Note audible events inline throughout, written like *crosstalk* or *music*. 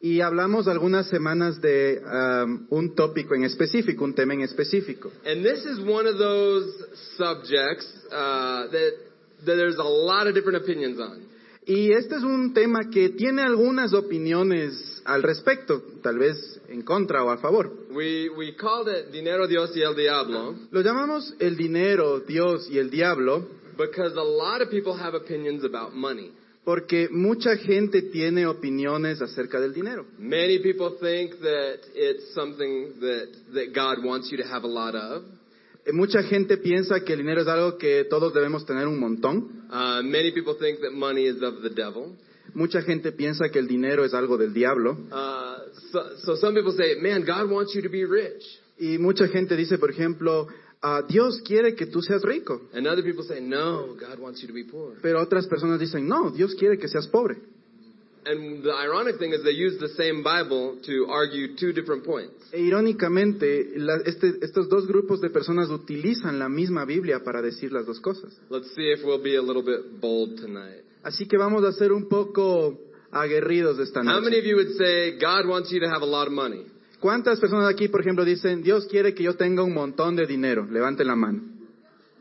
y hablamos algunas semanas de um, un tópico en específico, un tema en específico. And this is one of those subjects uh, that, that there's a lot of different opinions on. Y este es un tema que tiene algunas opiniones al respecto, tal vez en contra o a favor. We, we called it Dinero Dios y el Diablo Lo llamamos el dinero, Dios y el diablo because a lot of people have opinions about money. porque mucha gente tiene opiniones acerca del dinero. Many people think that it's something that, that God wants you to have a lot of. Eh, Mucha gente piensa que el dinero es algo que todos debemos tener un montón. Uh, many people think that money is of the devil. Mucha gente piensa que el dinero es algo del diablo. Uh, so, so some people say, man, God wants you to be rich. Y mucha gente dice, por ejemplo, "Ah, Dios quiere que tú seas rico. And other people say, no, God wants you to be poor. Pero otras personas dicen, no, Dios quiere que seas pobre. And the ironic thing is they use the same Bible to argue two different points. E irónicamente, la- este- estos dos grupos de personas utilizan la misma Biblia para decir las dos cosas. Let's see if we'll be a little bit bold tonight. Así que vamos a ser un poco aguerridos esta How many noche. of you would say God wants you to have a lot of money? ¿Cuántas personas aquí, por ejemplo, dicen, Dios quiere que yo tenga un montón de dinero? Levanten la mano.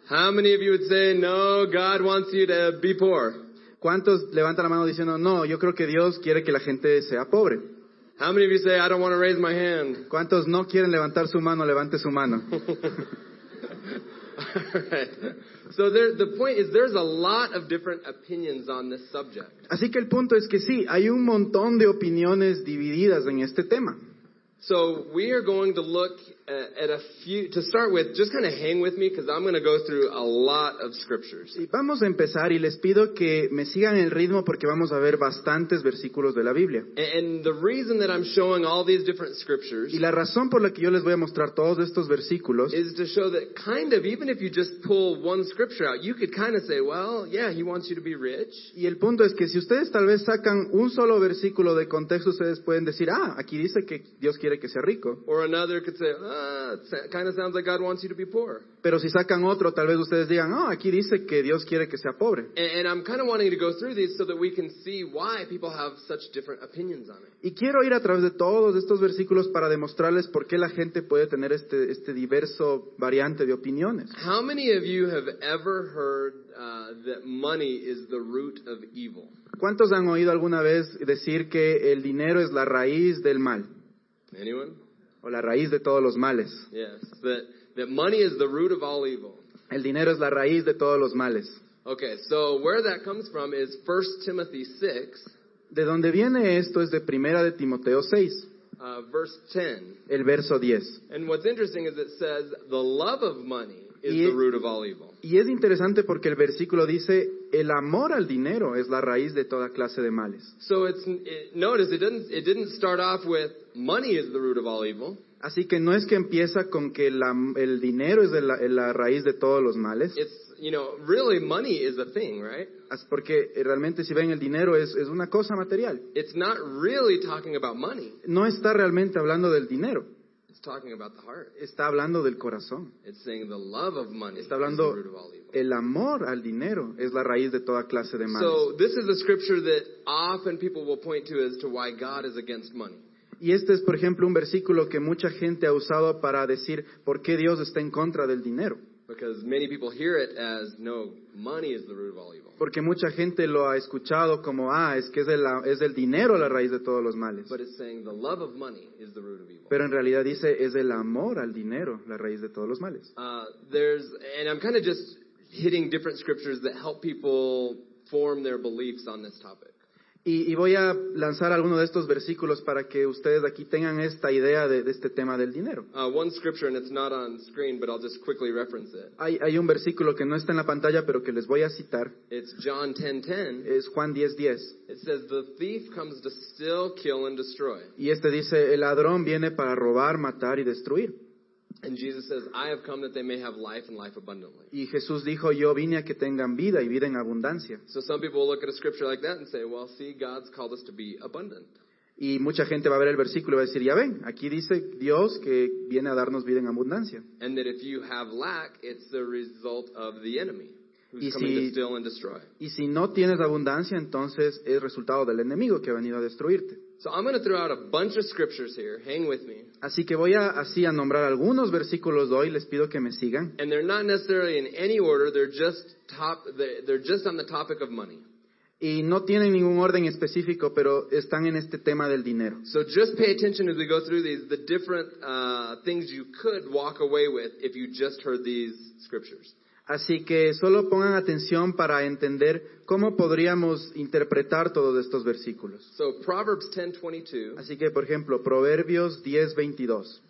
How many of you would say no, God wants you to be poor? ¿Cuántos levantan la mano diciendo, no, yo creo que Dios quiere que la gente sea pobre? How many of you say I don't want to raise my hand? *laughs* ¿Cuántos no quieren levantar su mano? Levante su mano. All right. So there, the point is there's a lot of different opinions on this subject. Así que el punto es que sí, hay un montón de opiniones divididas en este tema. So we are going to look at, at a few to start with. Just kind of hang with me because I'm going to go through a lot of scriptures. Sí, vamos a empezar y les pido que me sigan el ritmo porque vamos a ver bastantes versículos de la Biblia. And- And the reason that I'm showing all these different scriptures Y la razón por la que yo les voy a mostrar todos estos versículos is to show that kind of even if you just pull one scripture out, you could kind of say, well, yeah, he wants you to be rich. Y el punto es que si ustedes tal vez sacan un solo versículo de contexto, ustedes pueden decir, ah, aquí dice que Dios quiere que sea rico. Or another could say, ah, it kind of sounds like God wants you to be poor. Pero si sacan otro, tal vez ustedes digan, ah, aquí dice que Dios quiere que sea pobre. And, and I'm kind of wanting to go through these so that we can see why people have such different opinions on it. Y quiero ir a través de todos estos versículos para demostrarles por qué la gente puede tener este, este diverso variante de opiniones. How many of you have ever heard uh, that money is the root of evil? ¿Cuántos han oído alguna vez decir que el dinero es la raíz del mal? Anyone? O la raíz de todos los males. Yes, that, that money is the root of all evil. El dinero es la raíz de todos los males. Okay, so where that comes from is 1 Timothy 6, De donde viene esto es de Primera de Timoteo 6, uh, verse 10. el verso 10. And what's interesting is it says the love of money is Ye- the root of all evil. Y es interesante porque el versículo dice, el amor al dinero es la raíz de toda clase de males. So it's it, notice it didn't it didn't start off with money is the root of all evil. Así que no es que empieza con que la- el dinero es de la, la raíz de todos los males, It's you know really money is a thing, right? as- porque eh, realmente si ven el dinero es, es una cosa material. It's not really talking about money. No está realmente hablando del dinero, It's talking about the heart. está hablando del corazón. It's saying the love of money Está is the hablando, root of all evil. el amor al dinero es la raíz de toda clase de males. So this is the scripture that often people will point to as to why God is against money. Y este es, por ejemplo, un versículo que mucha gente ha usado para decir por qué Dios está en contra del dinero. Because many people hear it as no, money is the root of all evil. Porque mucha gente lo ha escuchado como, ah, es que es el, es el dinero la raíz de todos los males. But it's saying the love of money is the root of evil. Pero en realidad dice, es el amor al dinero la raíz de todos los males. Uh, there's, and I'm kind of just hitting different scriptures that help people form their beliefs on this topic. Y, y voy a lanzar alguno de estos versículos para que ustedes aquí tengan esta idea de, de este tema del dinero. Uh, one scripture, and it's not on screen, but I'll just quickly reference it. Hay, hay un versículo que no está en la pantalla, pero que les voy a citar. It's John 10:10. Es Juan 10:10. It says, "The thief comes to steal, kill, and destroy." Y este dice, el ladrón viene para robar, matar y destruir. And Jesus says, "I have come that they may have life and life abundantly." Y Jesús dijo, yo vine a que tengan vida y vida en abundancia. So some people will look at a scripture like that and say, "Well, see, God's called us to be abundant." Y mucha gente va a ver el versículo y va a decir, ya ven, aquí dice Dios que viene a darnos vida en abundancia. And that if you have lack, it's the result of the enemy Y who's coming to si- steal and destroy. Y si no tienes abundancia, entonces es resultado del enemigo que ha venido a destruirte. So I'm going to throw out a bunch of scriptures here. Hang with me. Así que voy a, así a nombrar algunos versículos de hoy, les pido que me sigan. And they're not necessarily in any order. They're just top. They're, they're just on the topic of money. Y no tienen ningún orden específico, pero están en este tema del dinero. So just pay attention as we go through these, the different uh, things you could walk away with if you just heard these scriptures. Así que solo pongan atención para entender cómo podríamos interpretar todos estos versículos. So Proverbs 10:22. Así que, por ejemplo, Proverbios 10, 22.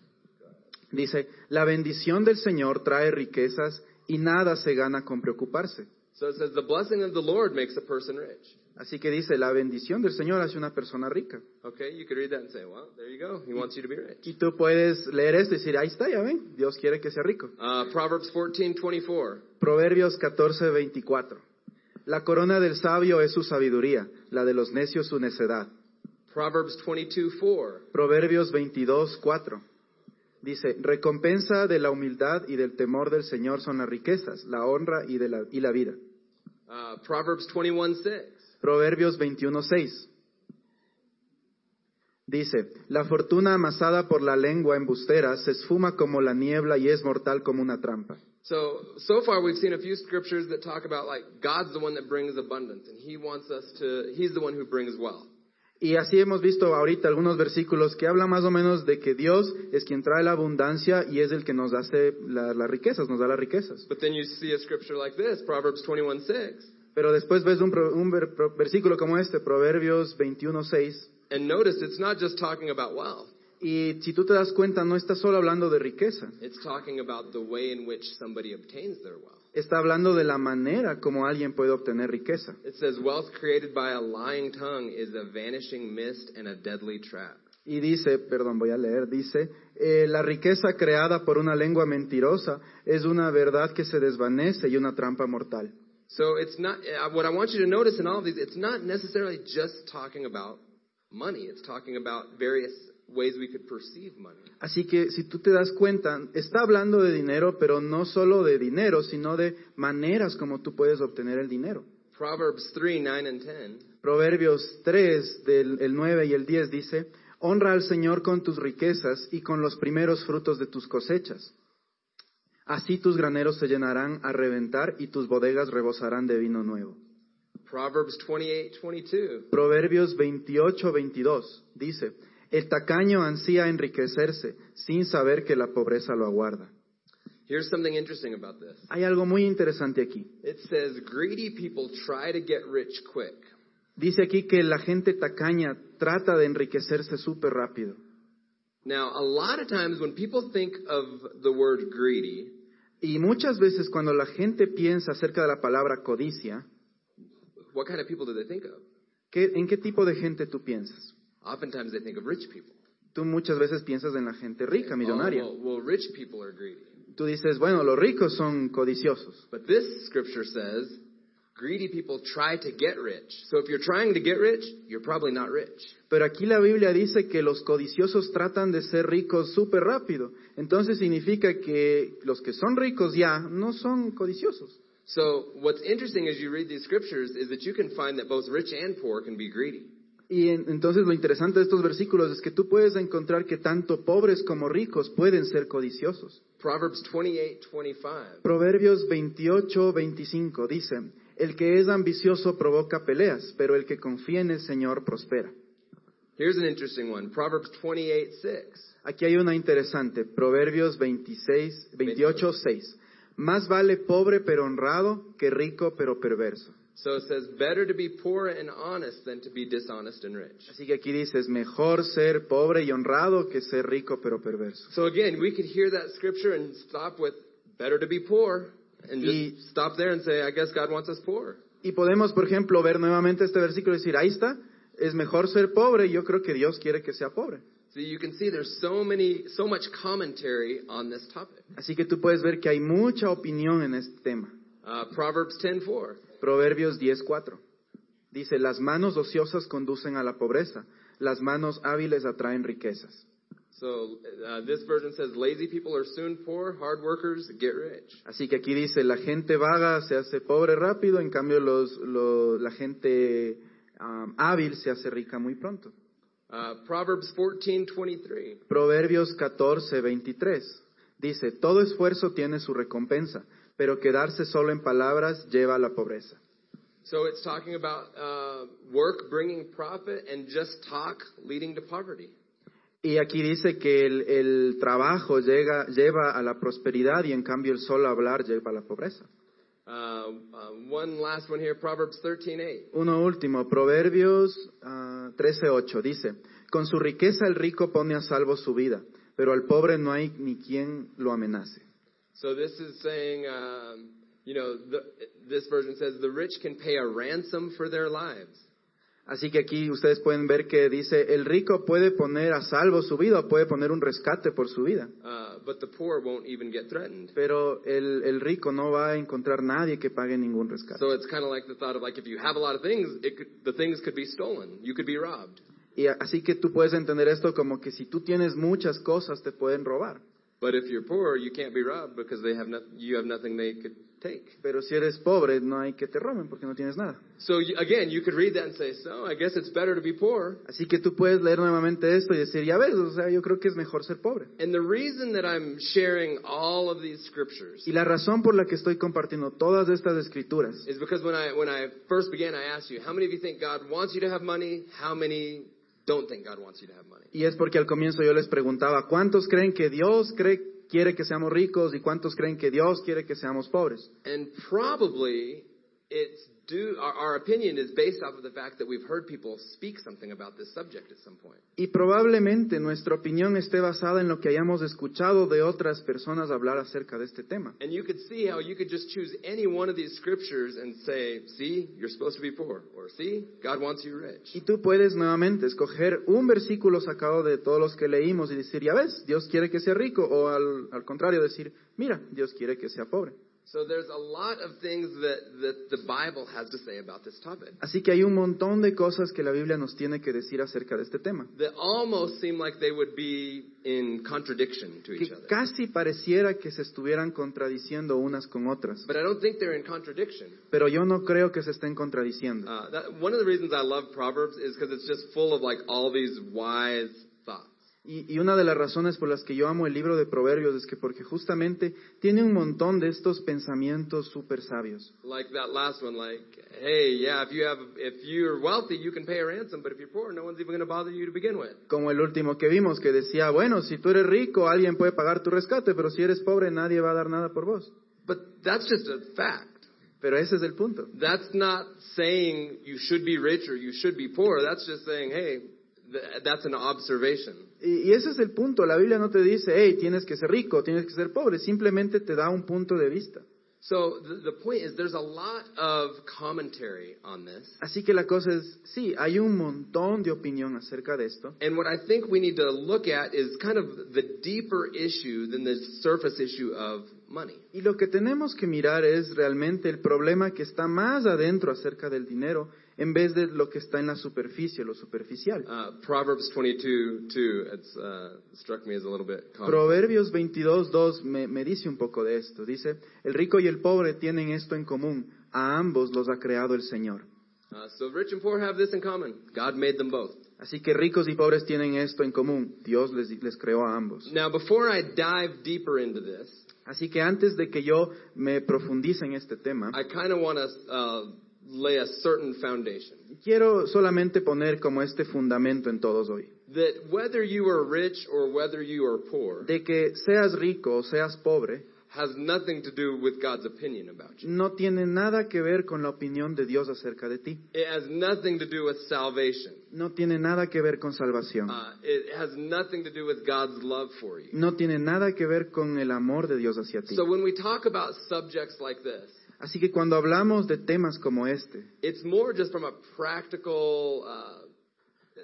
Dice, la bendición del Señor trae riquezas y nada se gana con preocuparse. So it says, "The blessing of the Lord makes a person rich." Así que dice, la bendición del Señor hace una persona rica. Okay, you could read that and say, "Well, there you go. He wants you to be rich." Y tú puedes leer esto y decir, ahí está, ya ven, Dios quiere que sea rico. Uh, Proverbs 14:24. Proverbios 14, 24. La corona del sabio es su sabiduría, la de los necios su necedad. Proverbs 22:4. Proverbios 22, 4. Dice, recompensa de la humildad y del temor del Señor son las riquezas, la honra y, de la, y la vida. Uh, Proverbs 21:6. Proverbios 21, 6. Dice, la fortuna amasada por la lengua embustera se esfuma como la niebla y es mortal como una trampa. So so far we've seen a few scriptures that talk about like God's the one that brings abundance and he wants us to he's the one who brings wealth. Y así hemos visto ahorita algunos versículos que hablan más o menos de que Dios es quien trae la abundancia y es el que nos hace la- las riquezas, nos da las riquezas. But then you see a scripture like this, Proverbs 21:6, Pero después ves un, pro- un ver- pro- versículo como este, Proverbios 21.6, and notice it's not just talking about wealth. y si tú te das cuenta no está solo hablando de riqueza, It's talking about the way in which somebody obtains their wealth. está hablando de la manera como alguien puede obtener riqueza. It says wealth created by a lying tongue is a vanishing mist and a deadly trap. Y dice, perdón, voy a leer, dice, eh, la riqueza creada por una lengua mentirosa es una verdad que se desvanece y una trampa mortal. So it's not uh, what I want you to notice in all of these. It's not necessarily just talking about money. It's talking about various ways we could perceive money. Así que si tú te das cuenta, está hablando de dinero, pero no solo de dinero, sino de maneras como tú puedes obtener el dinero. Proverbs 3, 9 and 10. Proverbios 3, del el 9 y el 10 dice, honra al Señor con tus riquezas y con los primeros frutos de tus cosechas. Así tus graneros se llenarán a reventar y tus bodegas rebosarán de vino nuevo. Proverbs 28, 22. Proverbios 28, 22 dice, el tacaño ansía enriquecerse sin saber que la pobreza lo aguarda. Here's something interesting about this. Hay algo muy interesante aquí. It says greedy people try to get rich quick. Dice aquí que la gente tacaña trata de enriquecerse súper rápido. Now, a lot of times when people think of the word greedy, Y muchas veces cuando la gente piensa acerca de la palabra codicia, what kind of people do they think of? ¿qué- ¿en qué tipo de gente tú piensas? Oftentimes they think of rich people. Tú muchas veces piensas en la gente rica, millonaria. Oh, well, well, rich people are greedy. Tú dices, bueno, los ricos son codiciosos. But this scripture says greedy people try to get rich. So if you're trying to get rich, you're probably not rich. Pero aquí la Biblia dice que los codiciosos tratan de ser ricos súper rápido. Entonces significa que los que son ricos ya no son codiciosos. So what's interesting as you read these scriptures is that you can find that both rich and poor can be greedy. Y en- entonces lo interesante de estos versículos es que tú puedes encontrar que tanto pobres como ricos pueden ser codiciosos. Proverbs 28:25. Proverbios 28, 25 dice, el que es ambicioso provoca peleas, pero el que confía en el Señor prospera. Here's an interesting one. Proverbs 28:6. Aquí hay una interesante, Proverbios 26, 28, 6. Más vale pobre pero honrado que rico pero perverso. So it says better to be poor and honest than to be dishonest and rich. Así que aquí dice, es mejor ser pobre y honrado que ser rico pero perverso. So again, we could hear that scripture and stop with better to be poor and just Ye- stop there and say I guess God wants us poor. Y podemos, por ejemplo, ver nuevamente este versículo y decir, ahí está, es mejor ser pobre, yo creo que Dios quiere que sea pobre. So you can see there's so many so much commentary on this topic. Así que tú puedes ver que hay mucha opinión en este tema. Uh, Proverbs 10:4. Proverbios 10:4. Dice, las manos ociosas conducen a la pobreza, las manos hábiles atraen riquezas. So uh, this version says lazy people are soon poor, hard workers get rich. Así que aquí dice, la gente vaga se hace pobre rápido, en cambio los, lo- la gente am, hábil se hace rica muy pronto. Uh, Uh, Proverbs 14:23. Proverbios 14, 23. Dice, todo esfuerzo tiene su recompensa, pero quedarse solo en palabras lleva a la pobreza. So it's talking about uh, work bringing profit and just talk leading to poverty. Y aquí dice que el, el trabajo llega, lleva a la prosperidad y en cambio el solo hablar lleva a la pobreza. Uh, uh, one last one here, Proverbs 13:8. Uno último, Proverbios ah, 13:8 dice, con su riqueza el rico pone a salvo su vida, pero al pobre no hay ni quien lo amenace. So this is saying, um, you know, the, this version says the rich can pay a ransom for their lives. Así que aquí ustedes pueden ver que dice, el rico puede poner a salvo su vida o puede poner un rescate por su vida, Uh, but the poor won't even get threatened. pero el, el rico no va a encontrar nadie que pague ningún rescate. So it's kind of like the thought of like if you have a lot of things, it could, the things could be stolen. You could be robbed. Y a- así que tú puedes entender esto como que si tú tienes muchas cosas te pueden robar, But if you're poor, you can't be robbed because they have noth- you have nothing they could take. pero si eres pobre no hay que te roben porque no tienes nada. So you, again, you could read that and say, so I guess it's better to be poor. Así que tú puedes leer nuevamente esto y decir, ya ves, o sea, yo creo que es mejor ser pobre. And the reason that I'm sharing all of these scriptures Y la razón por la que estoy compartiendo todas estas escrituras is because when I when I first began, I asked you, how many of you think God wants you to have money? How many don't think God wants you to have money? y es porque al comienzo yo les preguntaba, ¿cuántos creen que Dios cree- quiere que seamos ricos y cuántos creen que Dios quiere que seamos pobres? And probably it's due our, our opinion is based off of the fact that we've heard people speak something about this subject at some point. Y probablemente nuestra opinión esté basada en lo que hayamos escuchado de otras personas hablar acerca de este tema. And you could see how you could just choose any one of these scriptures and say, see, you're supposed to be poor, or see, God wants you rich. Y tú puedes nuevamente escoger un versículo sacado de todos los que leímos y decir, ya ves, Dios quiere que sea rico, o al, al contrario decir, mira, Dios quiere que sea pobre. So there's a lot of things that, that the Bible has to say about this topic Así que hay un montón de cosas que la Biblia nos tiene que decir acerca de este tema, that almost seem like they would be in contradiction to each que other. casi pareciera que se estuvieran contradiciendo unas con otras, But I don't think they're in contradiction. pero yo no creo que se estén contradiciendo. Uh, that, one of the reasons I love Proverbs is because it's just full of like all these wise thoughts. Y, y una de las razones por las que yo amo el libro de Proverbios es que porque justamente tiene un montón de estos pensamientos súper sabios. Like that last one, like, hey, yeah, if you have, if you're wealthy, you can pay a ransom, but if you're poor, no one's even going to bother you to begin with. Como el último que vimos que decía, bueno, si tú eres rico, alguien puede pagar tu rescate, pero si eres pobre, nadie va a dar nada por vos. But that's just a fact. Pero ese es el punto. That's not saying you should be rich or you should be poor. That's just saying, hey, th- that's an observation. Y, y ese es el punto. La Biblia no te dice, hey, tienes que ser rico, tienes que ser pobre. Simplemente te da un punto de vista. So the, the point is, there's a lot of commentary on this. Así que la cosa es, sí, hay un montón de opinión acerca de esto. And what I think we need to look at is kind of the deeper issue than the surface issue of money. Y lo que tenemos que mirar es realmente el problema que está más adentro acerca del dinero en vez de lo que está en la superficie, lo superficial. Uh, Proverbs 22, 2, it's, uh, struck me as a little bit common. Proverbios 22.2 me, me dice un poco de esto. Dice, el rico y el pobre tienen esto en común. A ambos los ha creado el Señor. Uh, so rich and poor have this in common. God made them both. Así que ricos y pobres tienen esto en común. Dios les, les creó a ambos. Now, before I dive deeper into this, Así que antes de que yo me profundice en este tema, I kind of want to uh, lay a certain foundation. quiero solamente poner como este fundamento en todos hoy. That whether you are rich or whether you are poor De que seas rico o seas pobre, has nothing to do with God's opinion about you. no tiene nada que ver con la opinión de Dios acerca de ti. It has nothing to do with salvation. No tiene nada que ver con salvación. Uh, it has nothing to do with God's love for you. No tiene nada que ver con el amor de Dios hacia ti. So when we talk about subjects like this, Así que cuando hablamos de temas como este, it's more just from a practical, uh,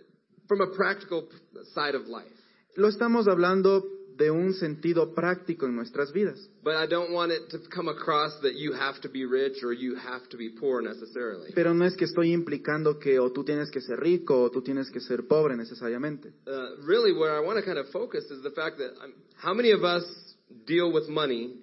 from a practical side of life. lo estamos hablando de un sentido práctico en nuestras vidas. But I don't want it to come across that you have to be rich or you have to be poor necessarily. Pero no es que estoy implicando que o tú tienes que ser rico o tú tienes que ser pobre necesariamente. Uh, really, where I want to kind of focus is the fact that um, how many of us deal with money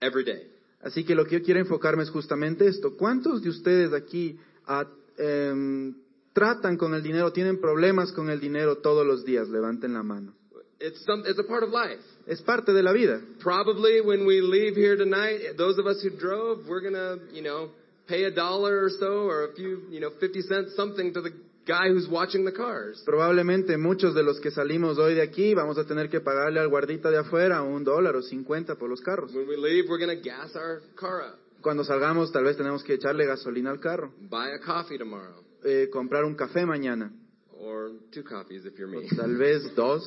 every day? Así que lo que yo quiero enfocarme es justamente esto. ¿Cuántos de ustedes aquí ah, em, tratan con el dinero, tienen problemas con el dinero todos los días? Levanten la mano. It's, some, it's a part of life. Es parte de la vida. Probably when we leave here tonight, those of us who drove, we're going to, you know, pay a dollar or so or a few, you know, 50 cents, something to the guy who's watching the cars. Probablemente muchos de los que salimos hoy de aquí vamos a tener que pagarle al guardita de afuera un dólar o cincuenta por los carros. When we leave, we're going to gas our car up, Cuando salgamos tal vez tenemos que echarle gasolina al carro, buy a coffee tomorrow, eh, comprar un café mañana, or two coffees if you're o me. tal vez dos.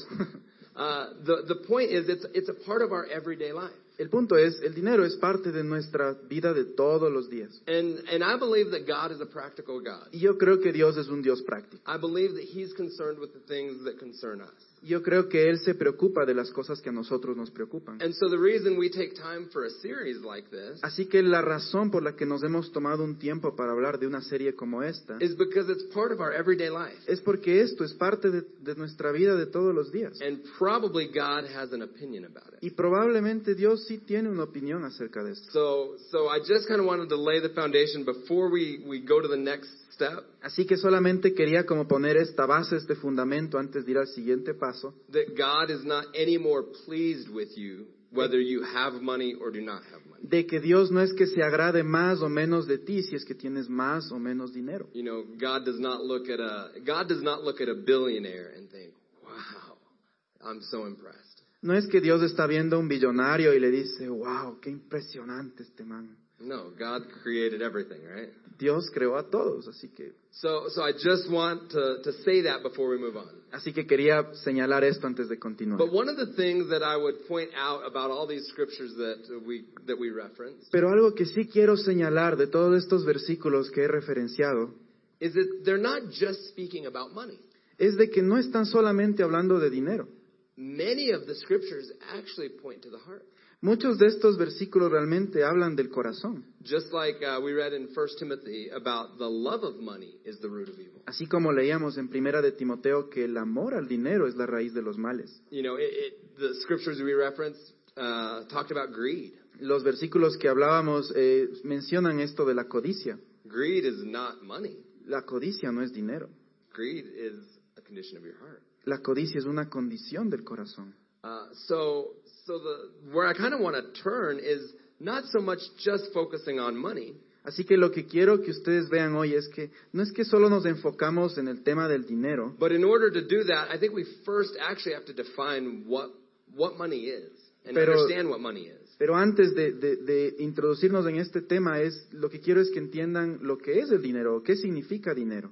Uh, the, the point is, it's, it's a part of our everyday life. El punto es, el dinero es parte de nuestra vida de todos los días. And, and I believe that God is a practical God. Y yo creo que Dios es un Dios práctico. I believe that He's concerned with the things that concern us. Yo creo que Él se preocupa de las cosas que a nosotros nos preocupan. And so the reason we take time for a series like this Así que la razón por la que nos hemos tomado un tiempo para hablar de una serie como esta is because it's part of our everyday life. es porque esto es parte de, de nuestra vida de todos los días. And probably God has an opinion about it. Y probablemente Dios sí tiene una opinión acerca de esto. So, so I just kind of wanted to lay the foundation before we, we go to the next step Así que solamente quería como poner esta base, este fundamento antes de ir al siguiente paso, that God is not any more pleased with you whether you have money or do not have money. de que Dios no es que se agrade más o menos de ti si es que tienes más o menos dinero. You know, God does not look at a God does not look at a billionaire and think, "Wow, I'm so impressed." No es que Dios está viendo a un billonario y le dice, wow, qué impresionante este man. No, God created everything, right? Dios creó a todos, así que, So, so I just want to, to say that before we move on. así que quería señalar esto antes de continuar. But one of the things that I would point out about all these scriptures that we that we reference Pero algo que sí quiero señalar de todos estos versículos que he referenciado is that they're not just speaking about money. es de que no están solamente hablando de dinero. Many of the scriptures actually point to the heart. Muchos de estos versículos realmente hablan del corazón, Just like uh, we read in 1 Timothy about the love of money is the root of evil. así como leíamos en Primera de Timoteo que el amor al dinero es la raíz de los males. You know, it, it, the scriptures we referenced uh, talked about greed. Los versículos que hablábamos eh, mencionan esto de la codicia. Greed is not money. La codicia no es dinero. Greed is a condition of your heart. La codicia es una condición del corazón. Uh, so, so the where I kind of want to turn is not so much just focusing on money, Así que lo que quiero que ustedes vean hoy es que no es que solo nos enfocamos en el tema del dinero, but in order to do that, I think we first actually have to define what what money is and Pero- understand what money is. Pero antes de, de- de introducirnos en este tema, es lo que quiero es que entiendan lo que es el dinero, o qué significa dinero.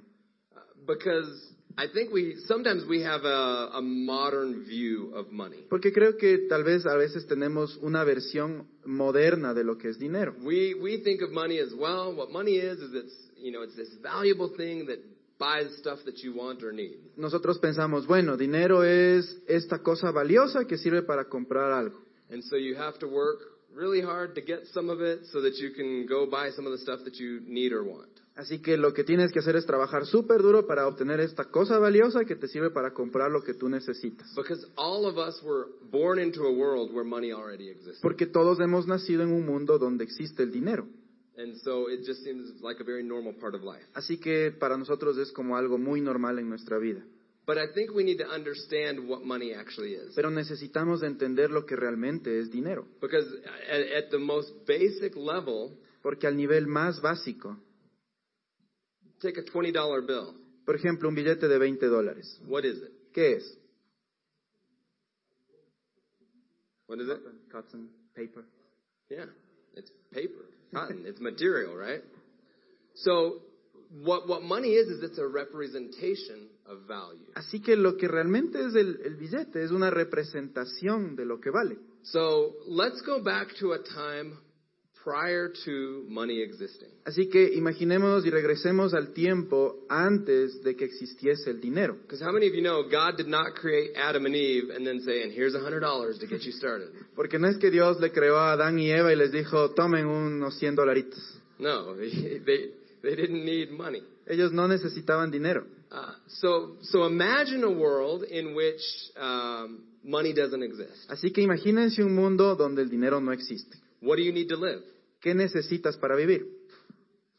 Uh, Because I think we sometimes we have a, a modern view of money. Porque creo que tal vez a veces tenemos una versión moderna de lo que es dinero. We we think of money as well. What money is is it's you know it's this valuable thing that buys stuff that you want or need. Nosotros pensamos, bueno, dinero es esta cosa valiosa que sirve para comprar algo. And so you have to work really hard to get some of it so that you can go buy some of the stuff that you need or want. Así que lo que tienes que hacer es trabajar súper duro para obtener esta cosa valiosa que te sirve para comprar lo que tú necesitas. Because all of us were born into a world where money already exists. Porque todos hemos nacido en un mundo donde existe el dinero. And so it just seems like a very normal part of life. Así que para nosotros es como algo muy normal en nuestra vida. But I think we need to understand what money actually is. Pero necesitamos de entender lo que realmente es dinero, Because at, at the most basic level, porque al nivel más básico, take a $20 bill. por ejemplo, un billete de 20 dólares, What is it? ¿qué es? What is it? Cotton, paper. Yeah. It's paper, cotton. it's material, right? So what, what money is, is it's a representation of value. Así que lo que realmente es el, el billete es una representación de lo que vale. So let's go back to a time prior to money existing. Así que imaginémonos y regresemos al tiempo antes de que existiese el dinero. Because how many of you know God did not create Adam and Eve and then say, and here's $100 to get you started? Porque no es que Dios le creó a Adán y Eva y les dijo, tomen unos 100 dolaritos. No, they, they didn't need money. Ellos no necesitaban dinero. Uh, so, so imagine a world in which um, money doesn't exist. Así que imagínense un mundo donde el dinero no existe. What do you need to live? ¿Qué necesitas para vivir?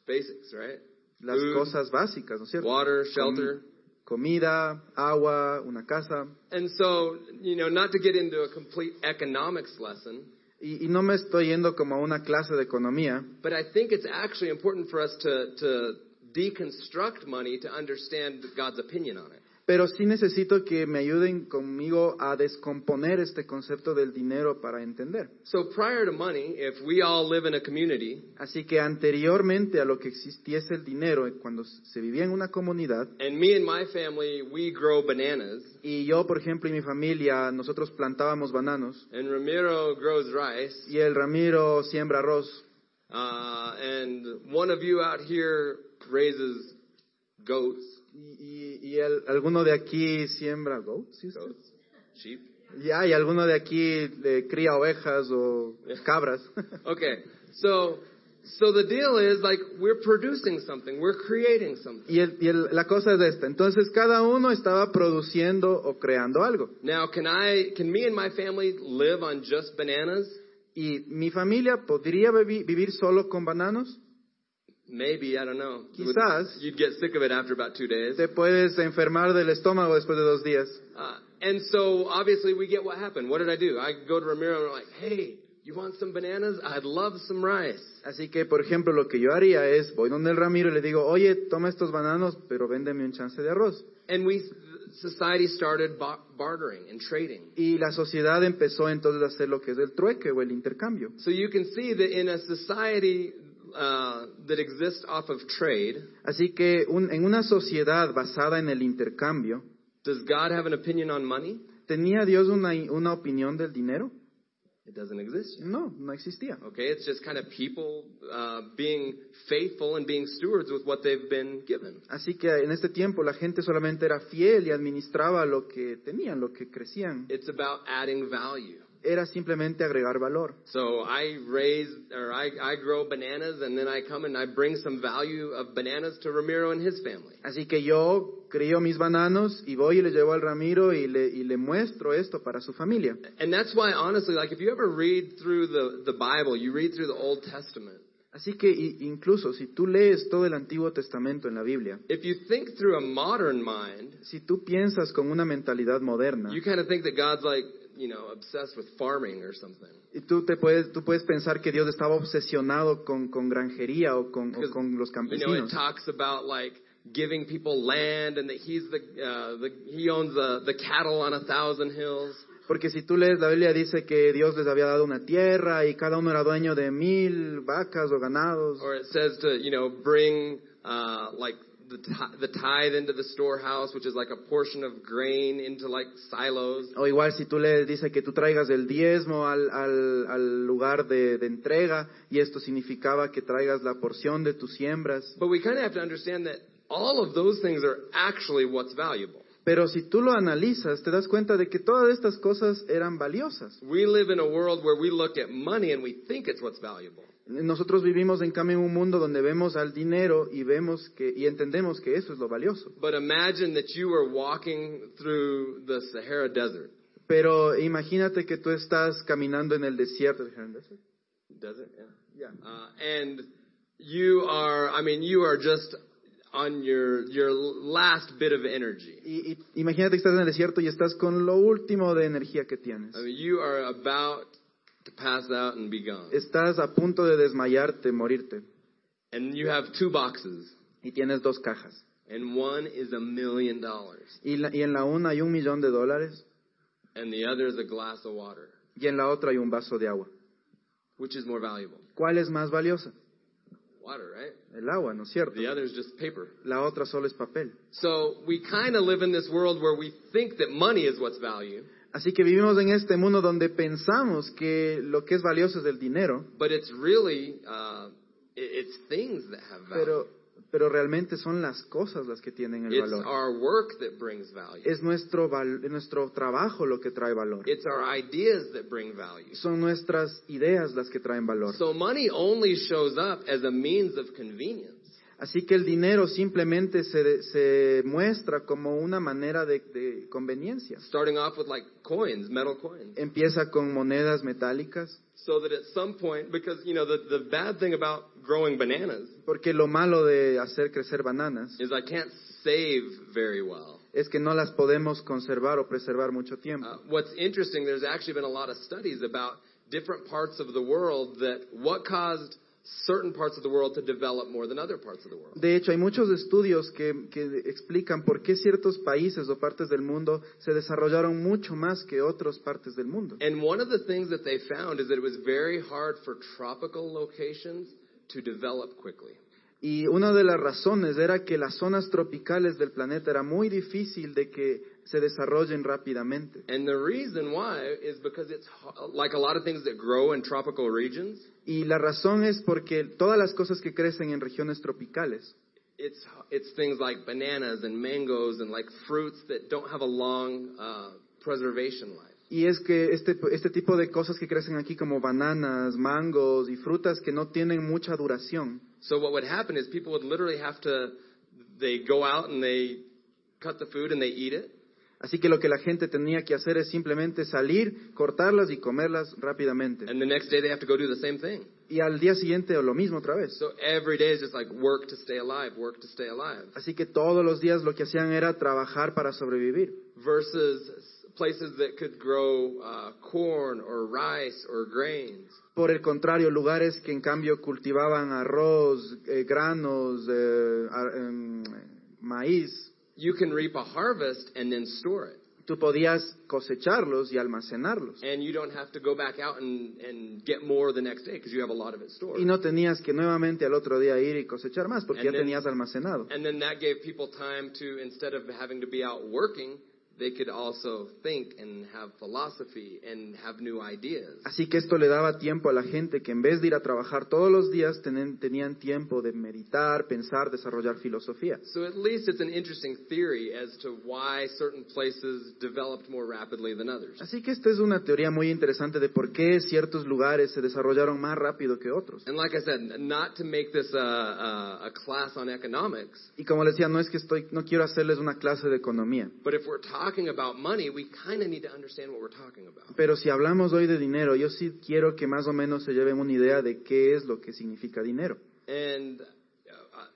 Basics, right? las Food. cosas básicas, ¿no es cierto? water, shelter. Comida, agua, una casa. And so, you know, not to get into a complete economics lesson, Y, y no me estoy yendo como a una clase de economía, but I think it's actually important for us to, to deconstruct money to understand God's opinion on it. pero sí necesito que me ayuden conmigo a descomponer este concepto del dinero para entender. So prior to money, if we all live in a community Así que anteriormente a lo que existiese el dinero, eh, cuando se vivía en una comunidad, and me and my family, we grow bananas y yo, por ejemplo, y mi familia, nosotros plantábamos bananos, and Ramiro grows rice, y el Ramiro siembra arroz, uh, and one of you out here raises goats, y, y- y el- alguno de aquí siembra goats, ¿sí? goats, sheep. Ya, y alguno de aquí eh, cría ovejas o cabras. Okay, so so the deal is like we're producing something, we're creating something. y el- y el- la cosa es esta. Entonces cada uno estaba produciendo o creando algo. Now, can I, can me and my family live on just bananas? Y mi familia podría vivi- vivir solo con bananos. Maybe I don't know. Quizás. you'd get sick of it after about two days. Te puedes enfermar del estómago después de dos días. Uh, and so obviously we get what happened. What did I do? I go to Ramiro and I'm like, hey, you want some bananas? I'd love some rice. Así que, por ejemplo, lo que yo haría es, voy donde el Ramiro y le digo, oye, toma estos bananos, pero véndeme un chance de arroz. And we, society started ba- bartering and trading. Y la sociedad empezó entonces a hacer lo que es el trueque o el intercambio. So you can see that in a society uh, that exists off of trade, Así que un- en una sociedad basada en el intercambio, does God have an opinion on money? ¿tenía Dios una, una opinión del dinero? It doesn't exist yet. No, no existía. Okay, it's just kind of people uh, being faithful and being stewards with what they've been given. Así que en este tiempo la gente solamente era fiel y administraba lo que tenían, lo que crecían. It's about adding value. Era simplemente agregar valor. So I raise or I, I grow bananas and then I come and I bring some value of bananas to Ramiro and his family. Así que yo crío mis bananos y voy y le llevo al Ramiro y le, y le muestro esto para su familia. And that's why honestly, like if you ever read through the, the Bible, you read through the Old Testament, Así que i- incluso si tú lees todo el Antiguo Testamento en la Biblia, if you think through a modern mind, si tú piensas con una mentalidad moderna, you kind of think that God's like, you know, obsessed with farming or something. y tú, te puedes, tú puedes pensar que Dios estaba obsesionado con, con granjería o con, o Because, con los You know, it campesinos. talks about like giving people land and that he's the, uh, the he owns the, the cattle on a thousand hills. Porque si tú lees la Biblia dice que Dios les había dado una tierra y cada uno era dueño de mil vacas o ganados. Or it says to, you know, bring uh, like the, ti- the tithe into the storehouse, which is like a portion of grain into like silos. O igual si tú le dices que tú traigas el diezmo al, al- al lugar de, de entrega y esto significaba que traigas la porción de tus siembras. But we kind of have to understand that all of those things are actually what's valuable. Pero si tú lo analizas, te das cuenta de que todas estas cosas eran valiosas. We live in a world where we look at money and we think it's what's valuable. Nosotros vivimos en cambio en un mundo donde vemos al dinero y vemos que y entendemos que eso es lo valioso. But imagine that you are walking through the Sahara Desert. Pero imagínate que tú estás caminando en el desierto. Desert, yeah. Ya. Uh, and you are, I mean, you are just on your your last bit of energy. Y, y- imagínate que estás en el desierto y estás con lo último de energía que tienes. I mean, you are about to pass out and be gone. Estás a punto de desmayarte, morirte. And you have two boxes, Y tienes dos cajas. and one is a million dollars, Y, la- y en la una hay un millón de dólares and the other is a glass of water. y en la otra hay un vaso de agua. Which is more valuable? ¿Cuál es más valiosa? Water, right? El agua, ¿no es cierto? The other is just paper. La otra solo es papel. So we kind of live in this world where we think that money is what's value, Así que vivimos en este mundo donde pensamos que lo que es valioso es el dinero, but it's really uh, it- it's things that have value. pero, pero realmente son las cosas las que tienen el It's valor. our work that brings value. Es nuestro, val- nuestro trabajo lo que trae valor. It's our ideas that bring value. Son nuestras ideas las que traen valor. So money only shows up as a means of convenience. Así que el dinero simplemente se, se muestra como una manera de, de conveniencia. starting off with like coins, metal coins. Empieza con monedas metálicas, So that at some point, because, you know, the, the bad thing about growing bananas porque lo malo de hacer crecer bananas is I can't save very well. es que no las podemos conservar o preservar mucho tiempo. Uh, what's interesting, there's actually been a lot of studies about different parts of the world that what caused certain parts of the world to develop more than other parts of the world. De hecho, hay muchos estudios que, que explican por qué ciertos países o partes del mundo se desarrollaron mucho más que otras partes del mundo. And one of the things that they found is that it was very hard for tropical locations to develop quickly. Y una de las razones era que las zonas tropicales del planeta era muy difícil de que se desarrollen rápidamente. And the reason why is because it's ho- like a lot of things that grow in tropical regions, Y la razón es porque todas las cosas que crecen en regiones tropicales, it's it's things like bananas and mangoes and like fruits that don't have a long uh, preservation life. y es que este, este tipo de cosas que crecen aquí como bananas, mangos y frutas que no tienen mucha duración, So what would happen is people would literally have to they go out and they cut the food and they eat it. Así que lo que la gente tenía que hacer es simplemente salir, cortarlas y comerlas rápidamente. And the next day they have to go do the same thing. Y al día siguiente o lo mismo otra vez. So every day is just like work to stay alive, work to stay alive. Así que todos los días lo que hacían era trabajar para sobrevivir. Versus places that could grow uh, corn or rice or grains. Por el contrario, lugares que en cambio cultivaban arroz, eh, granos, eh, ar- em, maíz, You can reap a harvest and then store it. tú podías cosecharlos y almacenarlos. And you don't have to go back out and, and get more the next day because you have a lot of it stored. Y no tenías que nuevamente al otro día ir y cosechar más porque ya tenías almacenado. And then that gave people time to, instead of having to be out working, they could also think and have philosophy and have new ideas. Así que esto le daba tiempo a la gente que en vez de ir a trabajar todos los días tenen- tenían tiempo de meditar, pensar, desarrollar filosofía. So at least it's an interesting theory as to why certain places developed more rapidly than others. Así que esta es una teoría muy interesante de por qué ciertos lugares se desarrollaron más rápido que otros. And like I said, n- not to make this a, a, a class on economics, Y como les decía, no es que estoy, no quiero hacerles una clase de economía, but if we're talking about money, we kind of need to understand what we're talking about. pero si hablamos hoy de dinero, yo sí quiero que más o menos se lleven una idea de qué es lo que significa dinero. And uh,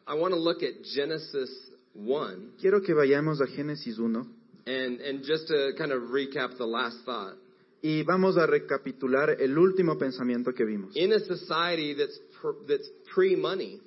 I, I want to look at Genesis 1 Quiero que vayamos a Génesis 1 and, and just to kind of recap the last thought. y vamos a recapitular el último pensamiento que vimos. in a society that's per, that's pre-money,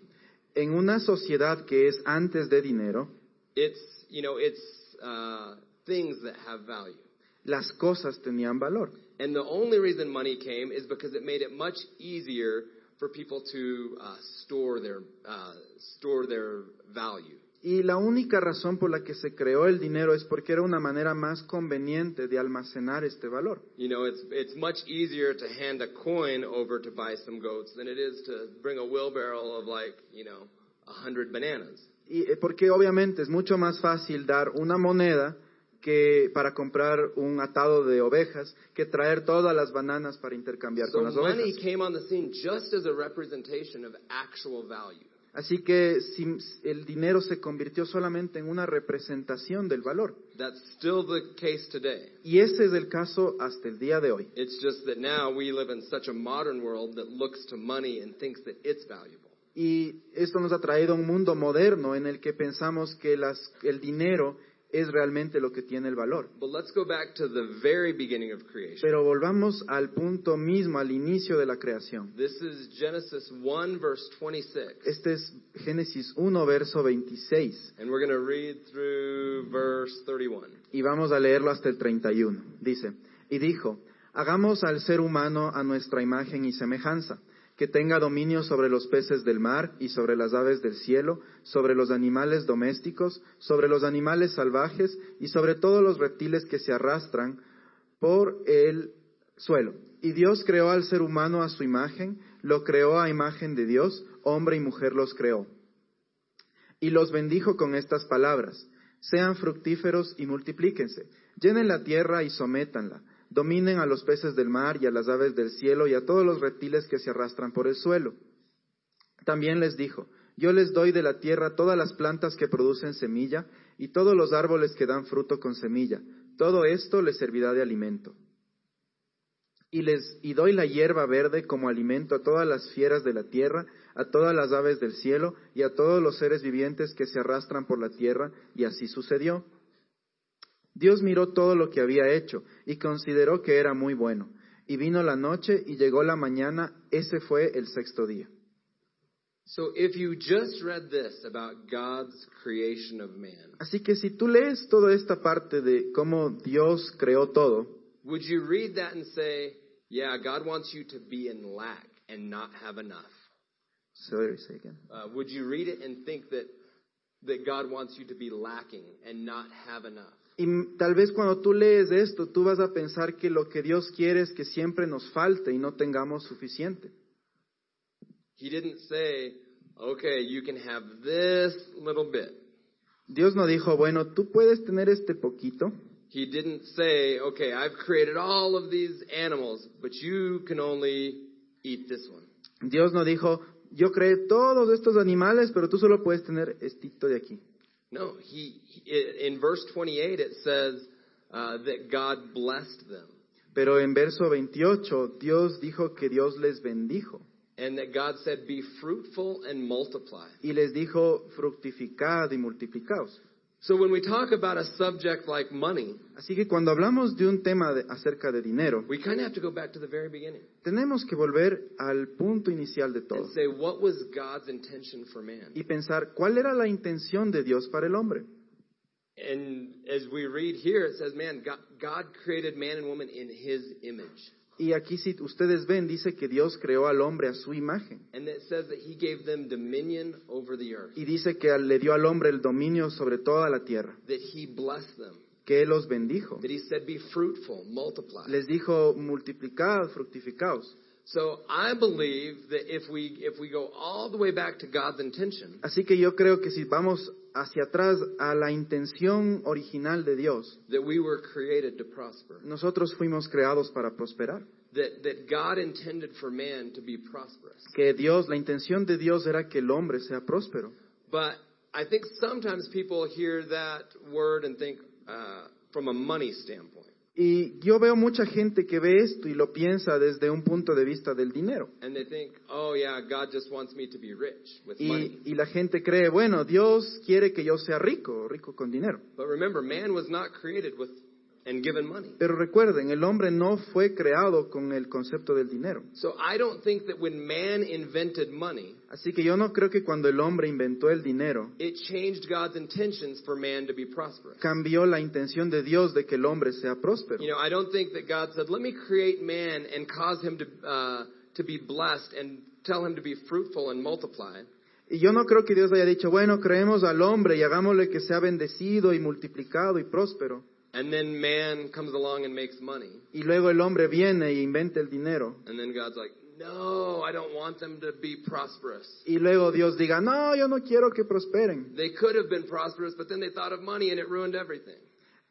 En una sociedad que es antes de dinero, it's you know it's uh, things that have value. las cosas tenían valor. And the only reason money came is because it made it much easier for people to uh, store their uh, store their value. Y la única razón por la que se creó el dinero es porque era una manera más conveniente de almacenar este valor. You know, it's it's much easier to hand a coin over to buy some goats than it is to bring a wheelbarrow of like you know a hundred bananas. Y eh, porque obviamente es mucho más fácil dar una moneda que para comprar un atado de ovejas que traer todas las bananas para intercambiar So con las money ovejas. came on the scene just as a representation of actual value. Así que si- el dinero se convirtió solamente en una representación del valor. That's still the case today. Y ese es el caso hasta el día de hoy. It's just that now we live in such a modern world that looks to money and thinks that it's valuable. Y esto nos ha traído a un mundo moderno en el que pensamos que las- el dinero es realmente lo que tiene el valor. But let's go back to the very beginning of creation. Pero volvamos al punto mismo, al inicio de la creación. This is Genesis 1, verse 26. Este es Génesis 1, verso 26, And we're going to read through verse 31. y vamos a leerlo hasta el 31. Dice, y dijo, hagamos al ser humano a nuestra imagen y semejanza, que tenga dominio sobre los peces del mar y sobre las aves del cielo, sobre los animales domésticos, sobre los animales salvajes y sobre todos los reptiles que se arrastran por el suelo. Y Dios creó al ser humano a su imagen, lo creó a imagen de Dios, hombre y mujer los creó. Y los bendijo con estas palabras, sean fructíferos y multiplíquense, llenen la tierra y sométanla, dominen a los peces del mar y a las aves del cielo y a todos los reptiles que se arrastran por el suelo. También les dijo, Yo les doy de la tierra todas las plantas que producen semilla y todos los árboles que dan fruto con semilla. Todo esto les servirá de alimento. Y les y doy la hierba verde como alimento a todas las fieras de la tierra, a todas las aves del cielo y a todos los seres vivientes que se arrastran por la tierra, y así sucedió. Dios miró todo lo que había hecho y consideró que era muy bueno. Y vino la noche y llegó la mañana, ese fue el sexto día. So if you just read this about God's creation of man, Así que si tú lees toda esta parte de cómo Dios creó todo, would you read that and say, yeah, God wants you to be in lack and not have enough? Sorry, say again. Uh, would you read it and think that, that God wants you to be lacking and not have enough? Y m- tal vez cuando tú lees esto, tú vas a pensar que lo que Dios quiere es que siempre nos falte y no tengamos suficiente. He didn't say, okay, you can have this little bit. Dios no dijo, bueno, tú puedes tener este poquito. He didn't say, okay, I've created all of these animals, but you can only eat this one. Dios no dijo, yo creé todos estos animales, pero tú solo puedes tener estito de aquí. No, he, he- in verse 28 it says uh, that God blessed them Pero en verso 28, Dios dijo que Dios les bendijo and that God said, "Be fruitful and multiply." y les dijo, fructificad y multiplicaos. So when we talk about a subject like money, Así que cuando hablamos de un tema de- acerca de dinero, we kind of have to go back to the very beginning tenemos que volver al punto inicial de todo and say, "What was God's intention for man?" y pensar cuál era la intención de Dios para el hombre. And as we read here, it says, "Man, God, God created man and woman in His image." Y aquí si ustedes ven, dice que Dios creó al hombre a su imagen And it says that he gave them dominion over the earth, y dice que le dio al hombre el dominio sobre toda la tierra, that he blessed them, que Él los bendijo. that he said, be fruitful, multiply. Les dijo, multiplicad, fructificaos. So I believe that if we, if we go all the way back to God's intention, Así que yo creo que si vamos hacia atrás a la intención original de Dios, that we were created to prosper, nosotros fuimos creados para prosperar. that, that God intended for man to be prosperous. Que Dios, la intención de Dios era que el hombre sea próspero. But I think sometimes people hear that word and think uh, from a money standpoint. Y yo veo mucha gente que ve esto y lo piensa desde un punto de vista del dinero. And they think, oh yeah, God just wants me to be rich with money. Y, y la gente cree, bueno, Dios quiere que yo sea rico, rico con dinero. But remember, man was not created with and given money. Pero recuerden, el hombre no fue creado con el concepto del dinero. So I don't think that when man invented money, Así que yo no creo que cuando el hombre inventó el dinero, it changed God's intentions for man to be prosperous. cambió la intención de Dios de que el hombre sea próspero. You know, I don't think that God said, "Let me create man and cause him to uh, to be blessed and tell him to be fruitful and multiply." Y yo no creo que Dios haya dicho, bueno, creemos al hombre y hagámosle que sea bendecido y multiplicado y próspero. And then man comes along and makes money, Y luego el hombre viene e inventa el dinero. and then God's like, "No, I don't want them to be prosperous." Y luego Dios diga, no, yo no quiero que prosperen. They could have been prosperous, but then they thought of money and it ruined everything.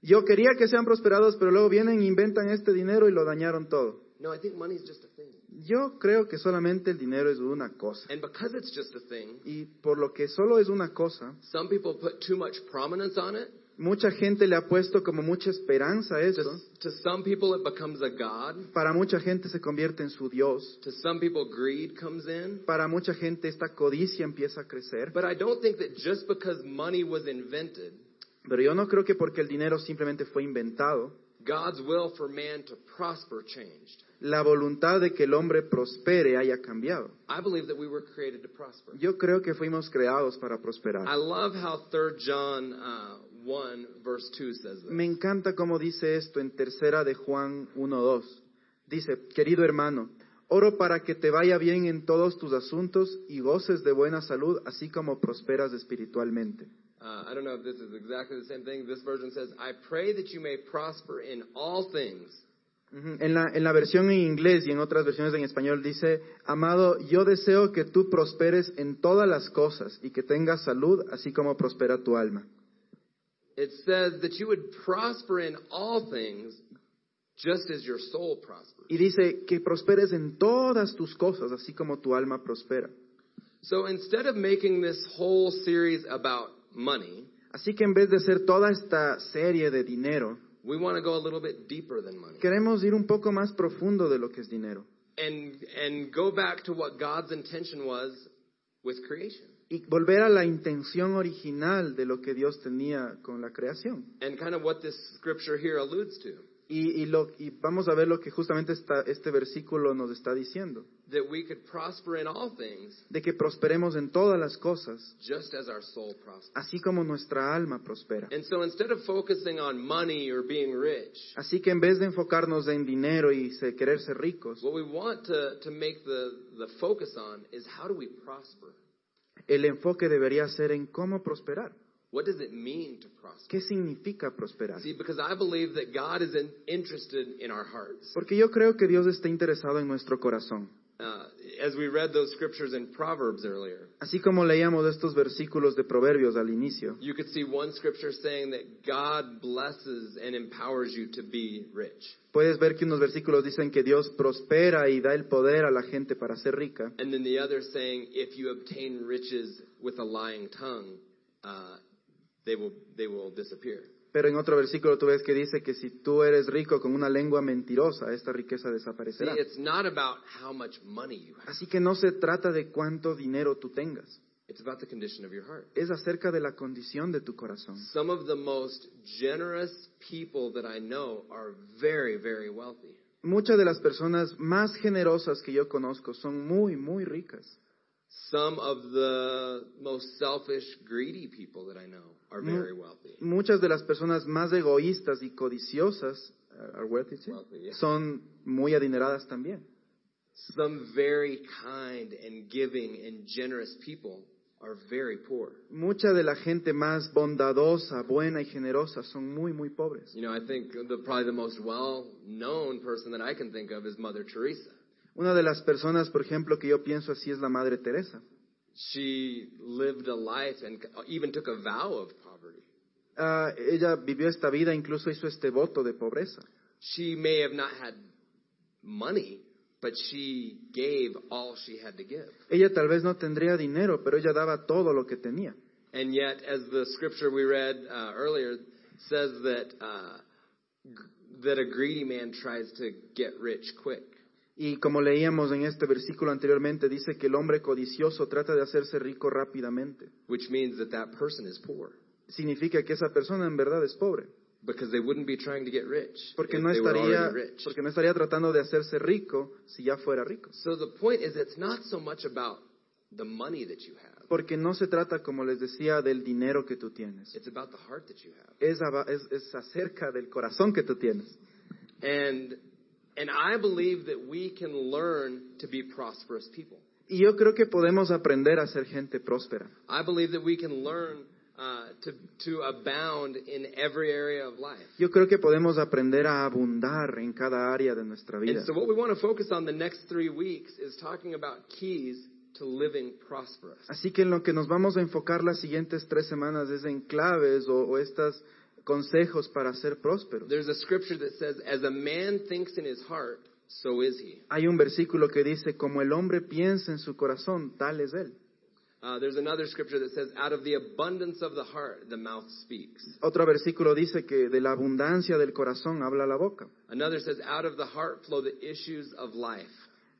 Yo quería que sean prosperados, pero luego vienen e inventan este dinero y lo dañaron todo. No, I think money's just a thing. Yo creo que solamente el dinero es una cosa. And because it's just a thing, Y por lo que solo es una cosa, some people put too much prominence on it. mucha gente le ha puesto como mucha esperanza a Just, eso. to some people, it becomes a god. Para mucha gente se convierte en su Dios. To some people, greed comes in. Para mucha gente esta codicia empieza a crecer. But I don't think that just because money was invented, Pero yo no creo que porque el dinero simplemente fue inventado, God's will for man to prosper changed. la voluntad de que el hombre prospere haya cambiado. I believe that we were created to prosper. Yo creo que fuimos creados para I prosperar. love how 3 John uh, 1, verse 2 says this. Me encanta cómo dice esto en tercera de Juan 1.2. Dice, querido hermano, oro para que te vaya bien en todos tus asuntos y goces de buena salud, así como prosperas espiritualmente. Uh, I don't know if this is exactly the same thing. This version says, I pray that you may prosper in all things. Ujú. En la, en la versión en inglés y en otras versiones en español dice, amado, yo deseo que tú prosperes en todas las cosas y que tengas salud, así como prospera tu alma. It says that you would prosper in all things just as your soul prospers. Y dice que prosperes en todas tus cosas, así como tu alma prospera. So instead of making this whole series about money, Así que en vez de hacer toda esta serie de dinero, we want to go a little bit deeper than money queremos ir un poco más profundo de lo que es dinero and and go back to what God's intention was with creation y volver a la intención original de lo que Dios tenía con la creación. and kind of what this scripture here alludes to Y, y lo- y vamos a ver lo que justamente esta- este versículo nos está diciendo, that we could prosper in all things de que prosperemos en todas las cosas, just as our soul prospers. así como nuestra alma prospera. And so instead of focusing on money or being rich, Así que en vez de enfocarnos en dinero y se- querer ser ricos, what we want to, to make the, the focus on is how do we prosper? el enfoque debería ser en cómo prosperar. What does it mean to prosper? ¿Qué significa prosperar? See, because I believe that God is in, interested in our hearts. Porque yo creo que Dios está interesado en nuestro corazón. Uh, as we read those scriptures in Proverbs earlier, Así como leíamos estos versículos de Proverbios al inicio, you could see one scripture saying that God blesses and empowers you to be rich. puedes ver que unos versículos dicen que Dios prospera y da el poder a la gente para ser rica, And then the other saying, if you obtain riches with a lying tongue, uh, they will they will disappear. pero en otro versículo tú ves que dice que si tú eres rico con una lengua mentirosa, esta riqueza See, desaparecerá. it's not about how much money you have. Así que no se trata de cuánto dinero tú tengas, It's about the condition of your heart. es acerca de la condición de tu corazón. Some of the most generous people that I know are very, very wealthy. Muchas de las personas más generosas que yo conozco son muy, muy ricas. Some of the most selfish, greedy people that I know are very wealthy. Muchas de las personas más egoístas y codiciosas uh, are wealthy, sí, Wealthy, yeah. son muy adineradas también. Some very kind and giving and generous people are very poor. Mucha de la gente más bondadosa, buena y generosa son muy, muy pobres. You know, I think the, probably the most well-known person that I can think of is Mother Teresa. Una de las personas, por ejemplo, que yo pienso así es la Madre Teresa. She lived a life and even took a vow of poverty. Ah, ella vivió esta vida, incluso hizo este voto de pobreza. She may have not had money, but she gave all she had to give. Ella tal vez no tendría dinero, pero ella daba todo lo que tenía. And yet, as the scripture we read uh, earlier says that uh, g- that a greedy man tries to get rich quick. Y como leíamos en este versículo anteriormente, dice que el hombre codicioso trata de hacerse rico rápidamente. Which means that that person is poor Significa que esa persona en verdad es pobre, because they wouldn't be trying to get rich porque if no they were estaría, already rich. porque no estaría tratando de hacerse rico si ya fuera rico. So the point is, it's not so much about the money that you have; Porque no se trata, como les decía, del dinero que tú tienes. it's about the heart that you have. Es, aba- es- es acerca del corazón que tú tienes. And and I believe that we can learn to be prosperous people. Y yo creo que podemos aprender a ser gente próspera. I believe that we can learn uh, to to abound in every area of life. Yo creo que podemos aprender a abundar en cada área de nuestra vida. And so, what we want to focus on the next three weeks is talking about keys to living prosperous. Así que en lo que nos vamos a enfocar las siguientes tres semanas es en claves o, o estos consejos para ser prósperos. There's a scripture that says, "As a man thinks in his heart, so is he." Hay un versículo que dice, como el hombre piensa en su corazón, tal es él. Uh, there's another scripture that says, "Out of the abundance of the heart, the mouth speaks." Otro versículo dice que de la abundancia del corazón habla la boca. Another says, "Out of the heart flow the issues of life."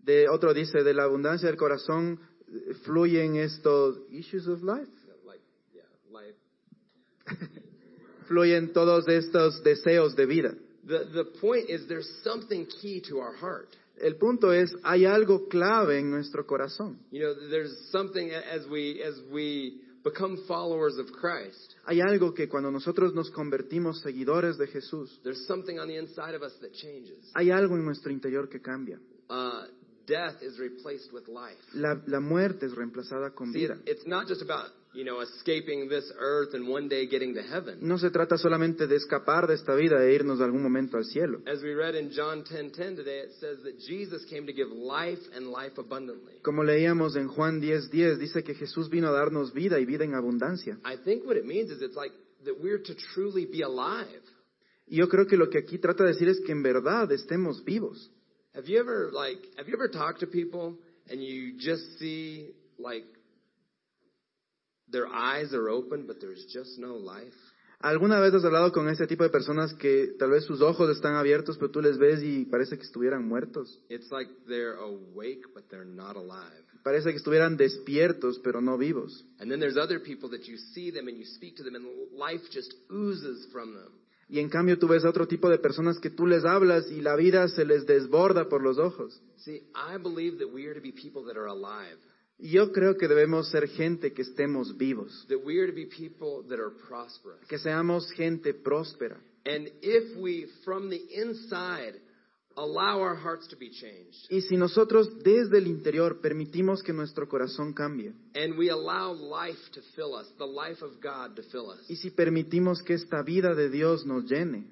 De otro dice, de la abundancia del corazón eh, fluyen estos issues of life. Like, yeah, life. Fluyen todos estos deseos de vida. The the point is, there's something key to our heart. El punto es, hay algo clave en nuestro corazón. You know, there's something as we as we become followers of Christ. Hay algo que cuando nosotros nos convertimos seguidores de Jesús, There's something on the inside of us that changes. Hay algo en nuestro interior que cambia. Uh, death is replaced with life. La, la muerte es reemplazada con See, vida. it's not just about you know escaping this earth and one day getting to heaven. No se trata solamente de escapar de esta vida e irnos algún momento al cielo. As we read in John 10:10 today, it says that Jesus came to give life and life abundantly. Como leíamos en Juan 10:10, dice que Jesús vino a darnos vida y vida en abundancia. I think what it means is it's like that we're to truly be alive. Y yo creo que lo que aquí trata de decir es que en verdad estemos vivos. Have you ever like have you ever talked to people and you just see like their eyes are open, but there's just no life. ¿Alguna vez has hablado con este tipo de personas que tal vez sus ojos están abiertos, pero tú les ves y parece que estuvieran muertos? It's like they're awake, but they're not alive. Parece que estuvieran despiertos, pero no vivos. And then there's other people that you see them and you speak to them, and life just oozes from them. Y en cambio tú ves a otro tipo de personas que tú les hablas y la vida se les desborda por los ojos. See, I believe that we are to be people that are alive, Y yo creo que debemos ser gente que estemos vivos, that we are to be people that are prosperous. que seamos gente próspera. And if we, from the inside, allow our hearts to be changed, Y si nosotros desde el interior permitimos que nuestro corazón cambie, and we allow life to fill us, the life of God to fill us, y si permitimos que esta vida de Dios nos llene,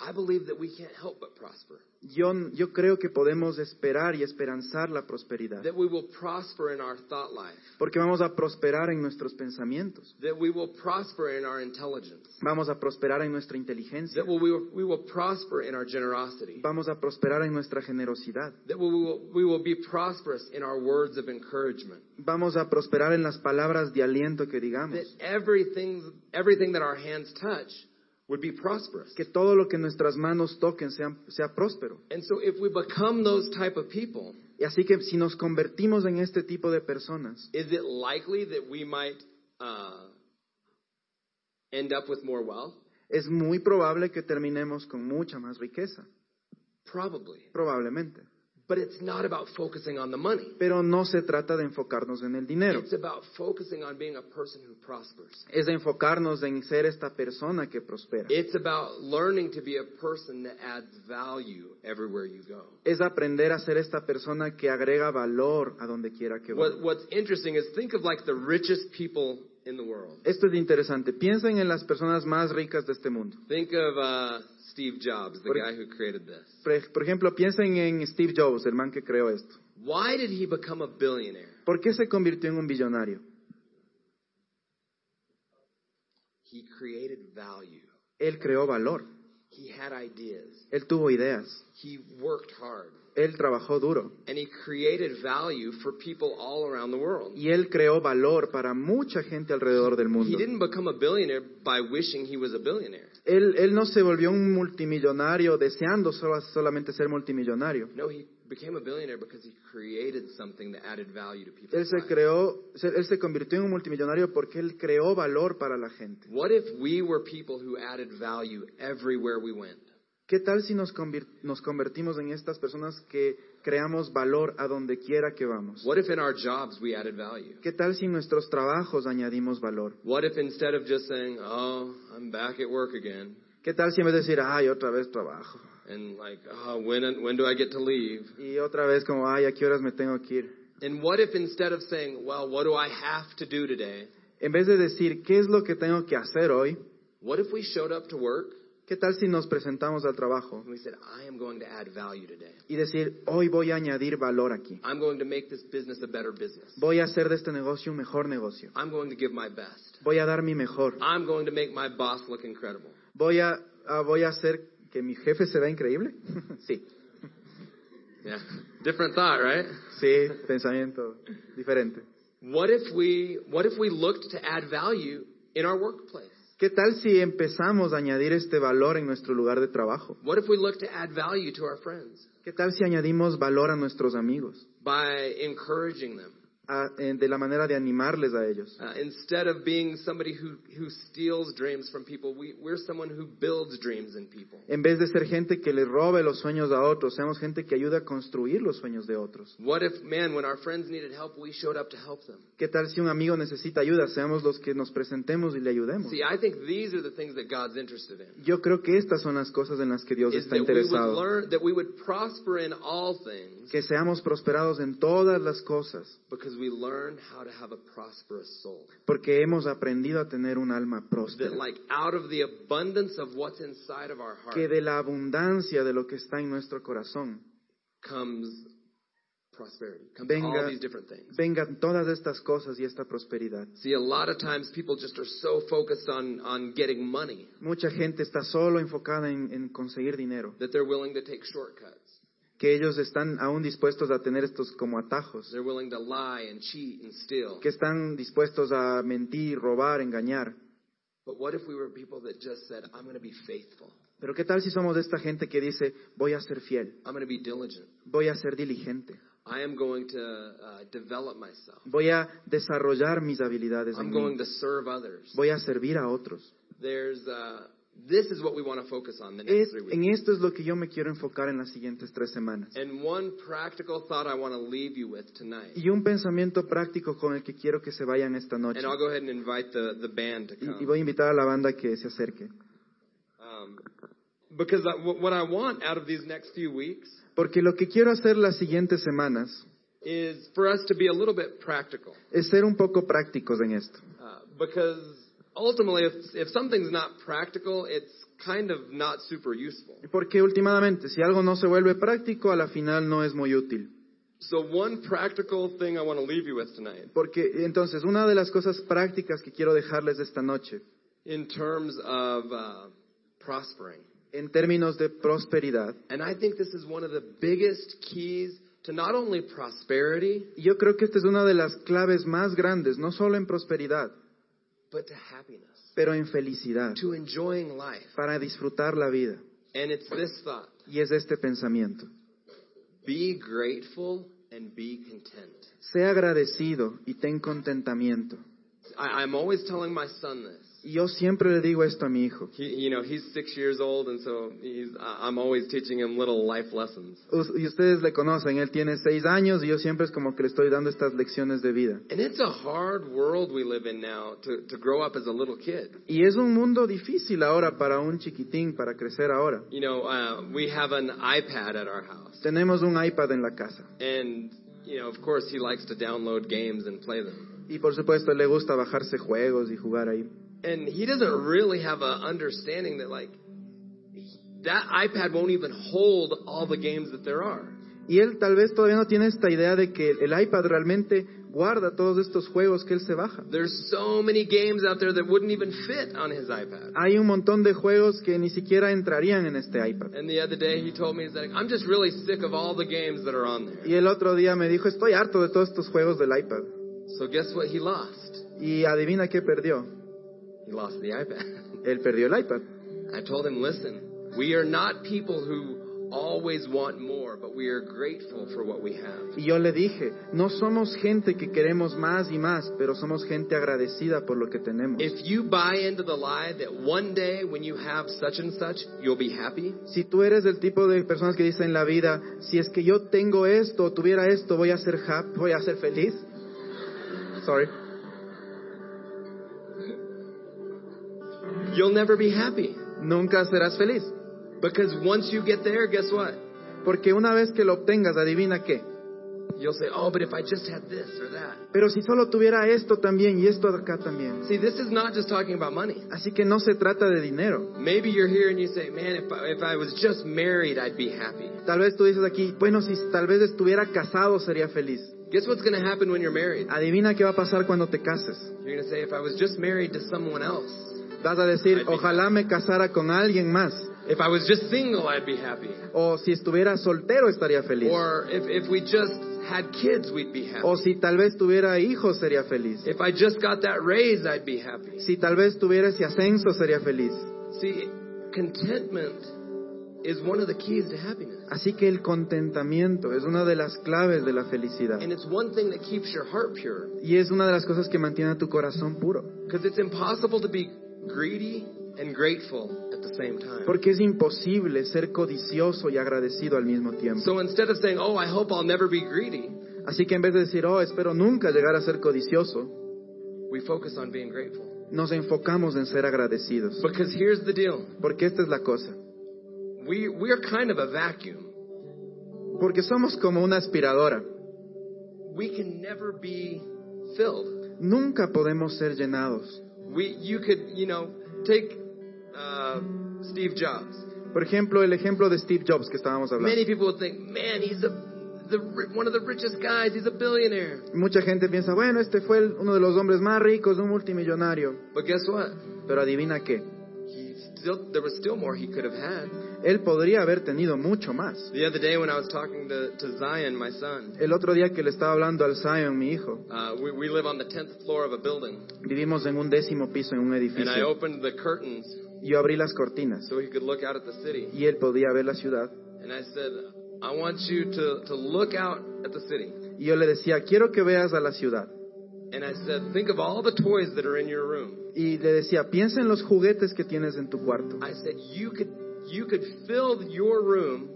I believe that we can't help but prosper. yo, yo creo que podemos esperar y esperanzar la prosperidad, That we will prosper in our thought life. porque vamos a prosperar en nuestros pensamientos, That we will prosper in our intelligence. vamos a prosperar en nuestra inteligencia, That we will, we will prosper in our generosity. vamos a prosperar en nuestra generosidad. That we will, we will be prosperous in our words of encouragement. Vamos a prosperar en las palabras de aliento que That digamos. everything, everything that our hands touch would be prosperous. Que todo lo que nuestras manos toquen sea, sea próspero. And so if we become those type of people, Y así que si nos convertimos en este tipo de personas, is it likely that we might uh, end up with more wealth? es muy probable que terminemos con mucha más riqueza. Probably. Probablemente. But it's not about focusing on the money. Pero no se trata de enfocarnos en el dinero. It's about focusing on being a person who prospers. Es de enfocarnos en ser esta persona que prospera. It's about learning to be a person that adds value everywhere you go. Es aprender a ser esta persona que agrega valor a donde quiera que What, vaya. what's interesting is think of like the richest people in the world. Esto es interesante. Piensen en las personas más ricas de este mundo. Think of uh, Steve Jobs, the Por- guy who created this. Por por ejemplo, piensen en Steve Jobs, el man que creó esto. Why did he become a billionaire? ¿Por qué se convirtió en un billonario? He created value. Él creó valor, He had ideas. él tuvo ideas, He worked hard. él trabajó duro And he created value for people all around the world. y él creó valor para mucha gente alrededor del He mundo. didn't become a billionaire by wishing he was a billionaire. Él, él no se volvió un multimillonario deseando solo- solamente ser multimillonario. No, he became a billionaire because he created something that added value to Él people's se lives. creó, se- él se convirtió en un multimillonario porque él creó valor para la gente. What if we were people who added value everywhere we went? ¿Qué tal si nos, convir- nos convertimos en estas personas que creamos valor a donde quiera que vamos? What if in our jobs we added value? ¿Qué tal si en nuestros trabajos añadimos valor? What if instead of just saying, "Oh, I'm back at work again," ¿Qué tal si en vez de decir, ay, otra vez trabajo? and like, "Oh, when when do I get to leave?" Y otra vez como, ay, ¿a qué horas me tengo que ir? And what if instead of saying, "Well, what do I have to do today?" En vez de decir, ¿qué es lo que tengo que hacer hoy? What if we showed up to work ¿Qué tal si nos presentamos al trabajo and we said, "I am going to add value today. y decir, hoy voy a añadir valor aquí? I'm going to make this business a better business. Voy a hacer de este negocio un mejor negocio. I'm going to give my best. Voy a dar mi mejor. I'm going to make my boss look incredible." Voy a, ah, voy a hacer que mi jefe se vea increíble. *laughs* sí, Yeah. *laughs* Different thought, right? sí, pensamiento diferente. What if we what if we looked to add value in our workplace? ¿Qué tal si empezamos a añadir este valor en nuestro lugar de trabajo? What if we looked to add value to our friends ¿Qué tal si añadimos valor a nuestros amigos? by encouraging them A- eh, de la manera de animarles a ellos. uh, instead of being somebody who who steals dreams from people? We we're someone who builds dreams in people. En vez de ser gente que le robe los sueños a otros, seamos gente que ayuda a construir los sueños de otros. What if, man, when our friends needed help, we showed up to help them? ¿Qué tal si un amigo necesita ayuda? Seamos los que nos presentemos y le ayudemos. See, I think these are the things that God's interested in. Yo creo que estas son las cosas en las que Dios Is está that we would interesado. learn that we would prosper in all things Que seamos prosperados en todas las cosas, because we learn how to have a prosperous soul. porque hemos aprendido a tener un alma That próspera. like out of the abundance of what's inside of our heart Que de la abundancia de lo que está en nuestro corazón comes prosperity, comes all Venga. these different things. vengan todas estas cosas y esta prosperidad. See, a lot of times people just are so focused on on getting money Mucha gente está solo enfocada en, en conseguir dinero, that they're willing to take shortcuts. que ellos están aún dispuestos a tener estos como atajos, They're willing to lie and cheat and steal. que están dispuestos a mentir, robar, engañar. But what if we were people that just said, I'm going to be faithful? Pero ¿qué tal si somos de esta gente que dice, voy a ser fiel, I'm going to be diligent. voy a ser diligente, I am going to uh, develop myself. voy a desarrollar mis habilidades, en I'm mí, going to serve others. voy a servir a otros? There's, uh, this is what we want to focus on the next Es- three en weeks. esto es lo que yo me quiero enfocar en las siguientes tres semanas. And one practical thought I want to leave you with tonight. Y un pensamiento práctico con el que quiero que se vayan esta noche. And I'll go ahead and invite the, the band to Y, y come. voy a invitar a la banda que se acerque. Um, because I, what I want out of these next few weeks Porque lo que quiero hacer las siguientes semanas is for us to be a little bit practical. es ser un poco prácticos en esto. Uh, because ultimately, if, if something's not practical, it's kind of not super useful. Porque últimamente, si algo no se vuelve práctico, a la final no es muy útil. So, one practical thing I want to leave you with tonight, Porque entonces, una de las cosas prácticas que quiero dejarles esta noche, in terms of uh, prospering, en términos de prosperidad, and I think this is one of the biggest keys to not only prosperity, y yo creo que esta es una de las claves más grandes, no solo en prosperidad, but to happiness, pero en felicidad, to enjoying life. para disfrutar la vida. And it's this thought Y es este pensamiento. be grateful and be content. Sé agradecido y ten contentamiento. I, I'm always telling my son this. Y yo siempre le digo esto a mi hijo. He, you know, he's six years old, and so he's, I- I'm always teaching him little life lessons. Us- Y ustedes le conocen, él tiene seis años y yo siempre es como que le estoy dando estas lecciones de vida. And it's a hard world we live in now to, to grow up as a little kid. Y es un mundo difícil ahora para un chiquitín, para crecer ahora. You know, uh, we have an iPad at our house, Tenemos un iPad en la casa and you know, of course, he likes to download games and play them. y por supuesto le gusta bajarse juegos y jugar ahí. And he doesn't really have a understanding that like that iPad won't even hold all the games that there are. Y él tal vez todavía no tiene esta idea de que el iPad realmente guarda todos estos juegos que él se baja. There's so many games out there that wouldn't even fit on his iPad. Hay un montón de juegos que ni siquiera entrarían en este iPad. And the other day he told me he's like, I'm just really sick of all the games that are on there. Y el otro día me dijo, estoy harto de todos estos juegos del iPad. So guess what? He lost. Y adivina qué perdió. He lost the iPad. *laughs* Él perdió el iPad. I told him, listen, we are not people who always want more, but we are grateful for what we have. Y yo le dije, no somos gente que queremos más y más, pero somos gente agradecida por lo que tenemos. If you buy into the lie that one day when you have such and such, you'll be happy, Si tú eres del tipo de personas que dicen en la vida, si es que yo tengo esto, tuviera esto, voy a ser happy, voy a ser feliz. Sorry. you'll never be happy. Nunca serás feliz, Because once you get there, guess what? porque una vez que lo obtengas, adivina qué. You'll say, oh, but if I just had this or that. Pero si solo tuviera esto también y esto acá también. See, this is not just talking about money. Así que no se trata de dinero. Maybe you're here and you say, man, if I, if I was just married, I'd be happy. Tal vez tú dices aquí, bueno, si tal vez estuviera casado sería feliz. Guess what's going to happen when you're married? Adivina qué va a pasar cuando te cases. You're going to say, if I was just married to someone else, Vas a decir, ojalá me casara con alguien más. if I was just single, I'd be happy. O si estuviera soltero estaría feliz. Or if, if we just had kids, we'd be happy. O si tal vez tuviera hijos sería feliz. If I just got that raise, I'd be happy. Si tal vez tuviera ese ascenso sería feliz. See, contentment is one of the keys to happiness. Así que el contentamiento es una de las claves de la felicidad. And it's one thing that keeps your heart pure. Y es una de las cosas que mantiene a tu corazón puro. Because it's impossible to be greedy and grateful at the same time. Porque es imposible ser codicioso y agradecido al mismo tiempo. So instead of saying, oh, I hope I'll never be greedy, Así que en vez de decir, oh, espero nunca llegar a ser codicioso, we focus on being grateful. nos enfocamos en ser agradecidos. Because here's the deal Porque esta es la cosa. we, we're kind of a vacuum. Porque somos como una aspiradora. We can never be filled. Nunca podemos ser llenados. We, you could, you know, take uh, Steve Jobs. Por ejemplo, el ejemplo de Steve Jobs que estábamos hablando. Many people would think, man, he's a, the, ri- one of the richest guys. He's a billionaire. Mucha gente piensa, bueno, este fue el- uno de los hombres más ricos, un multimillonario. But guess what? Pero adivina qué, He still there was still more he could have had. Él podría haber tenido mucho más. The other day when I was talking to, to Zion, my son, El otro día que le estaba hablando al Zion, mi hijo, uh, we, we live on the tenth floor of a building, vivimos en un décimo piso en un and I edificio. opened the curtains Yo abrí las cortinas so he could look out at the city, y él podía ver la ciudad. and I said, "I want you to to look out at the city." Y yo le decía, quiero que veas a la ciudad. And I said, "Think of all the toys that are in your room." Y le decía, piensa en los juguetes que tienes en tu cuarto. I said, "You could you could fill your room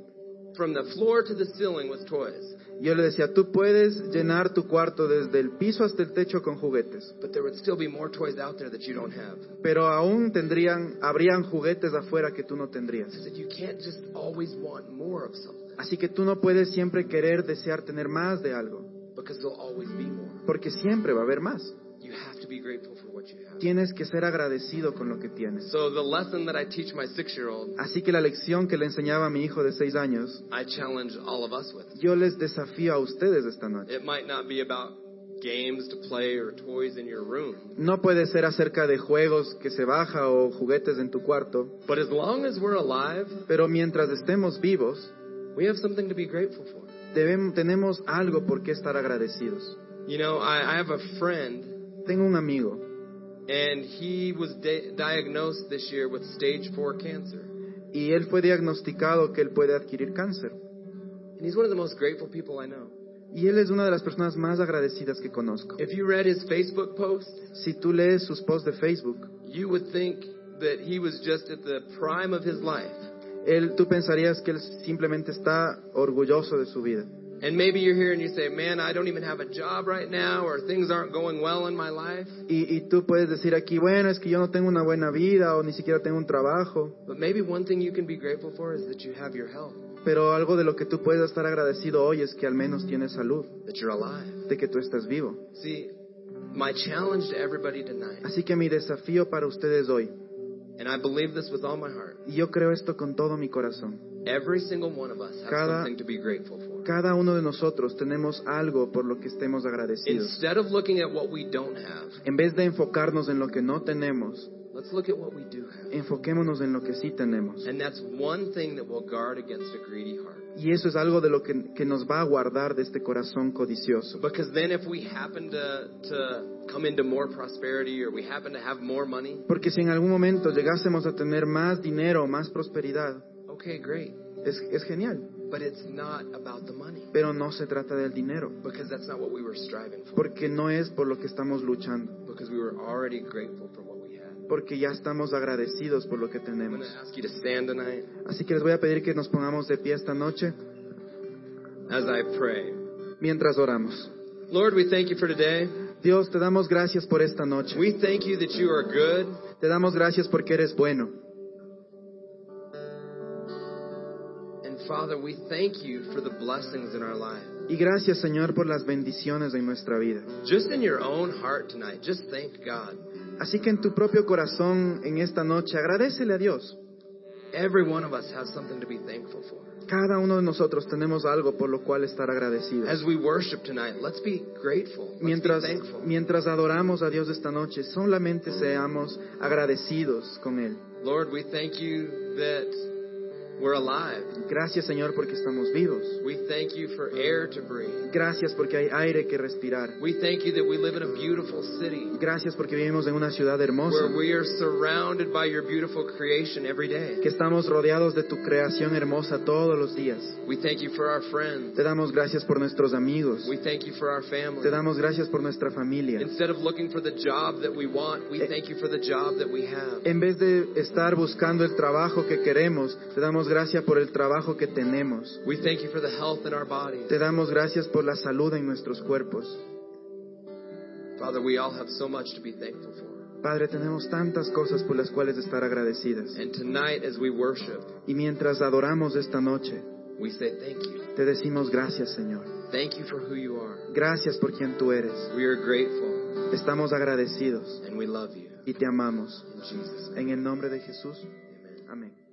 from the floor to the ceiling with toys." Yo le decía, tú puedes llenar tu cuarto desde el piso hasta el techo con juguetes, But there would still be more toys out there that you don't have. pero aún tendrían, habrían juguetes afuera que tú no tendrías. I said, you can't just always want more of something Así que tú no puedes siempre querer desear tener más de algo, because there'll always be more. porque siempre va a haber más. You have to be grateful for what you have. Tienes que ser agradecido con lo que tienes. So the lesson that I teach my six-year-old, Así que la lección que le enseñaba a mi hijo de seis años, I challenge all of us with. yo les desafío a ustedes esta noche. It might not be about games to play or toys in your room, No puede ser acerca de juegos que se baja o juguetes en tu cuarto, but as long as we're alive, pero mientras estemos vivos, we have something to be grateful for. debem- tenemos algo por qué estar agradecidos. You know, I, I have a friend, Tengo un amigo and he was di- diagnosed this year with stage four cancer. y él fue diagnosticado que él puede adquirir cáncer. And he's one of the most grateful people I know. Y él es una de las personas más agradecidas que conozco. If you read his Facebook post, Si tú lees sus posts de Facebook, you would think that he was just at the prime of his life. él, tú pensarías que él simplemente está orgulloso de su vida. And maybe you're here and you say, man, I don't even have a job right now, or things aren't going well in my life. Y, y tú puedes decir aquí, bueno, es que yo no tengo una buena vida o ni siquiera tengo un trabajo, But maybe one thing you can be grateful for is that you have your health, pero algo de lo que tú puedes estar agradecido hoy es que al menos tienes salud, that you're alive. de que tú estás vivo. See, my challenge to everybody tonight, Así que mi desafío para ustedes hoy, and I believe this with all my heart, y yo creo esto con todo mi corazón, every single one of us has Cada- something to be grateful for. Cada uno de nosotros tenemos algo por lo que estemos agradecidos. Instead of looking at what we don't have, En vez de enfocarnos en lo que no tenemos, let's look at what we do have. enfoquémonos en lo que sí tenemos. And that's one thing that will guard against a greedy heart. Y eso es algo de lo que, que nos va a guardar de este corazón codicioso. Because then, if we happen to, to come into more prosperity or we happen to have more money, Porque si en algún momento llegásemos a tener más dinero, más prosperidad, okay, great. es, es genial. But it's not about the money Pero no se trata del dinero, because that's not what we were striving for. porque no es por lo que estamos luchando, Because we were already grateful for what we had. porque ya estamos agradecidos por lo que I'm going tenemos. to ask you to stand tonight Así que les voy a pedir que nos pongamos de pie esta noche as I pray. mientras oramos. Lord, we thank you for today. Dios, te damos gracias por esta noche. We thank you that you are good. Te damos gracias porque eres bueno. And Father, we thank you for the blessings in our life. Y gracias, Señor, por las bendiciones de nuestra vida. Just in your own heart tonight, just thank God. Así que en tu propio corazón, en esta noche, agradecele a Dios. Every one of us has something to be thankful for. Cada uno de nosotros tenemos algo por lo cual estar agradecidos. As we worship tonight, let's be grateful. Let's Mientras, be thankful. mientras adoramos a Dios esta noche, solamente seamos agradecidos con Él. Lord, we thank you that we're alive. Gracias, Señor, porque estamos vivos. We thank you for air to breathe. Gracias porque hay aire que respirar. We thank you that we live in a beautiful city Gracias porque vivimos en una ciudad hermosa, where we are surrounded by your beautiful creation every day. que estamos rodeados de tu creación hermosa todos los días. We thank you for our friends. Te damos gracias por nuestros amigos. We thank you for our family. Te damos gracias por nuestra familia. Instead of looking for the job that we want, we Eh. thank you for the job that we have. En vez de estar buscando el trabajo que queremos, te damos gracias por el trabajo que tenemos. We thank you for the health in our bodies. Te damos gracias por la salud en nuestros cuerpos. Father, we all have so much to be thankful for. Padre, tenemos tantas cosas por las cuales estar agradecidas. And tonight, as we worship, Y mientras adoramos esta noche, we say thank you. te decimos gracias, Señor. Thank you for who you are. Gracias por quien tú eres. We are grateful Estamos agradecidos and we love you. y te amamos. In Jesus' name. En el nombre de Jesús. Amen. Amén.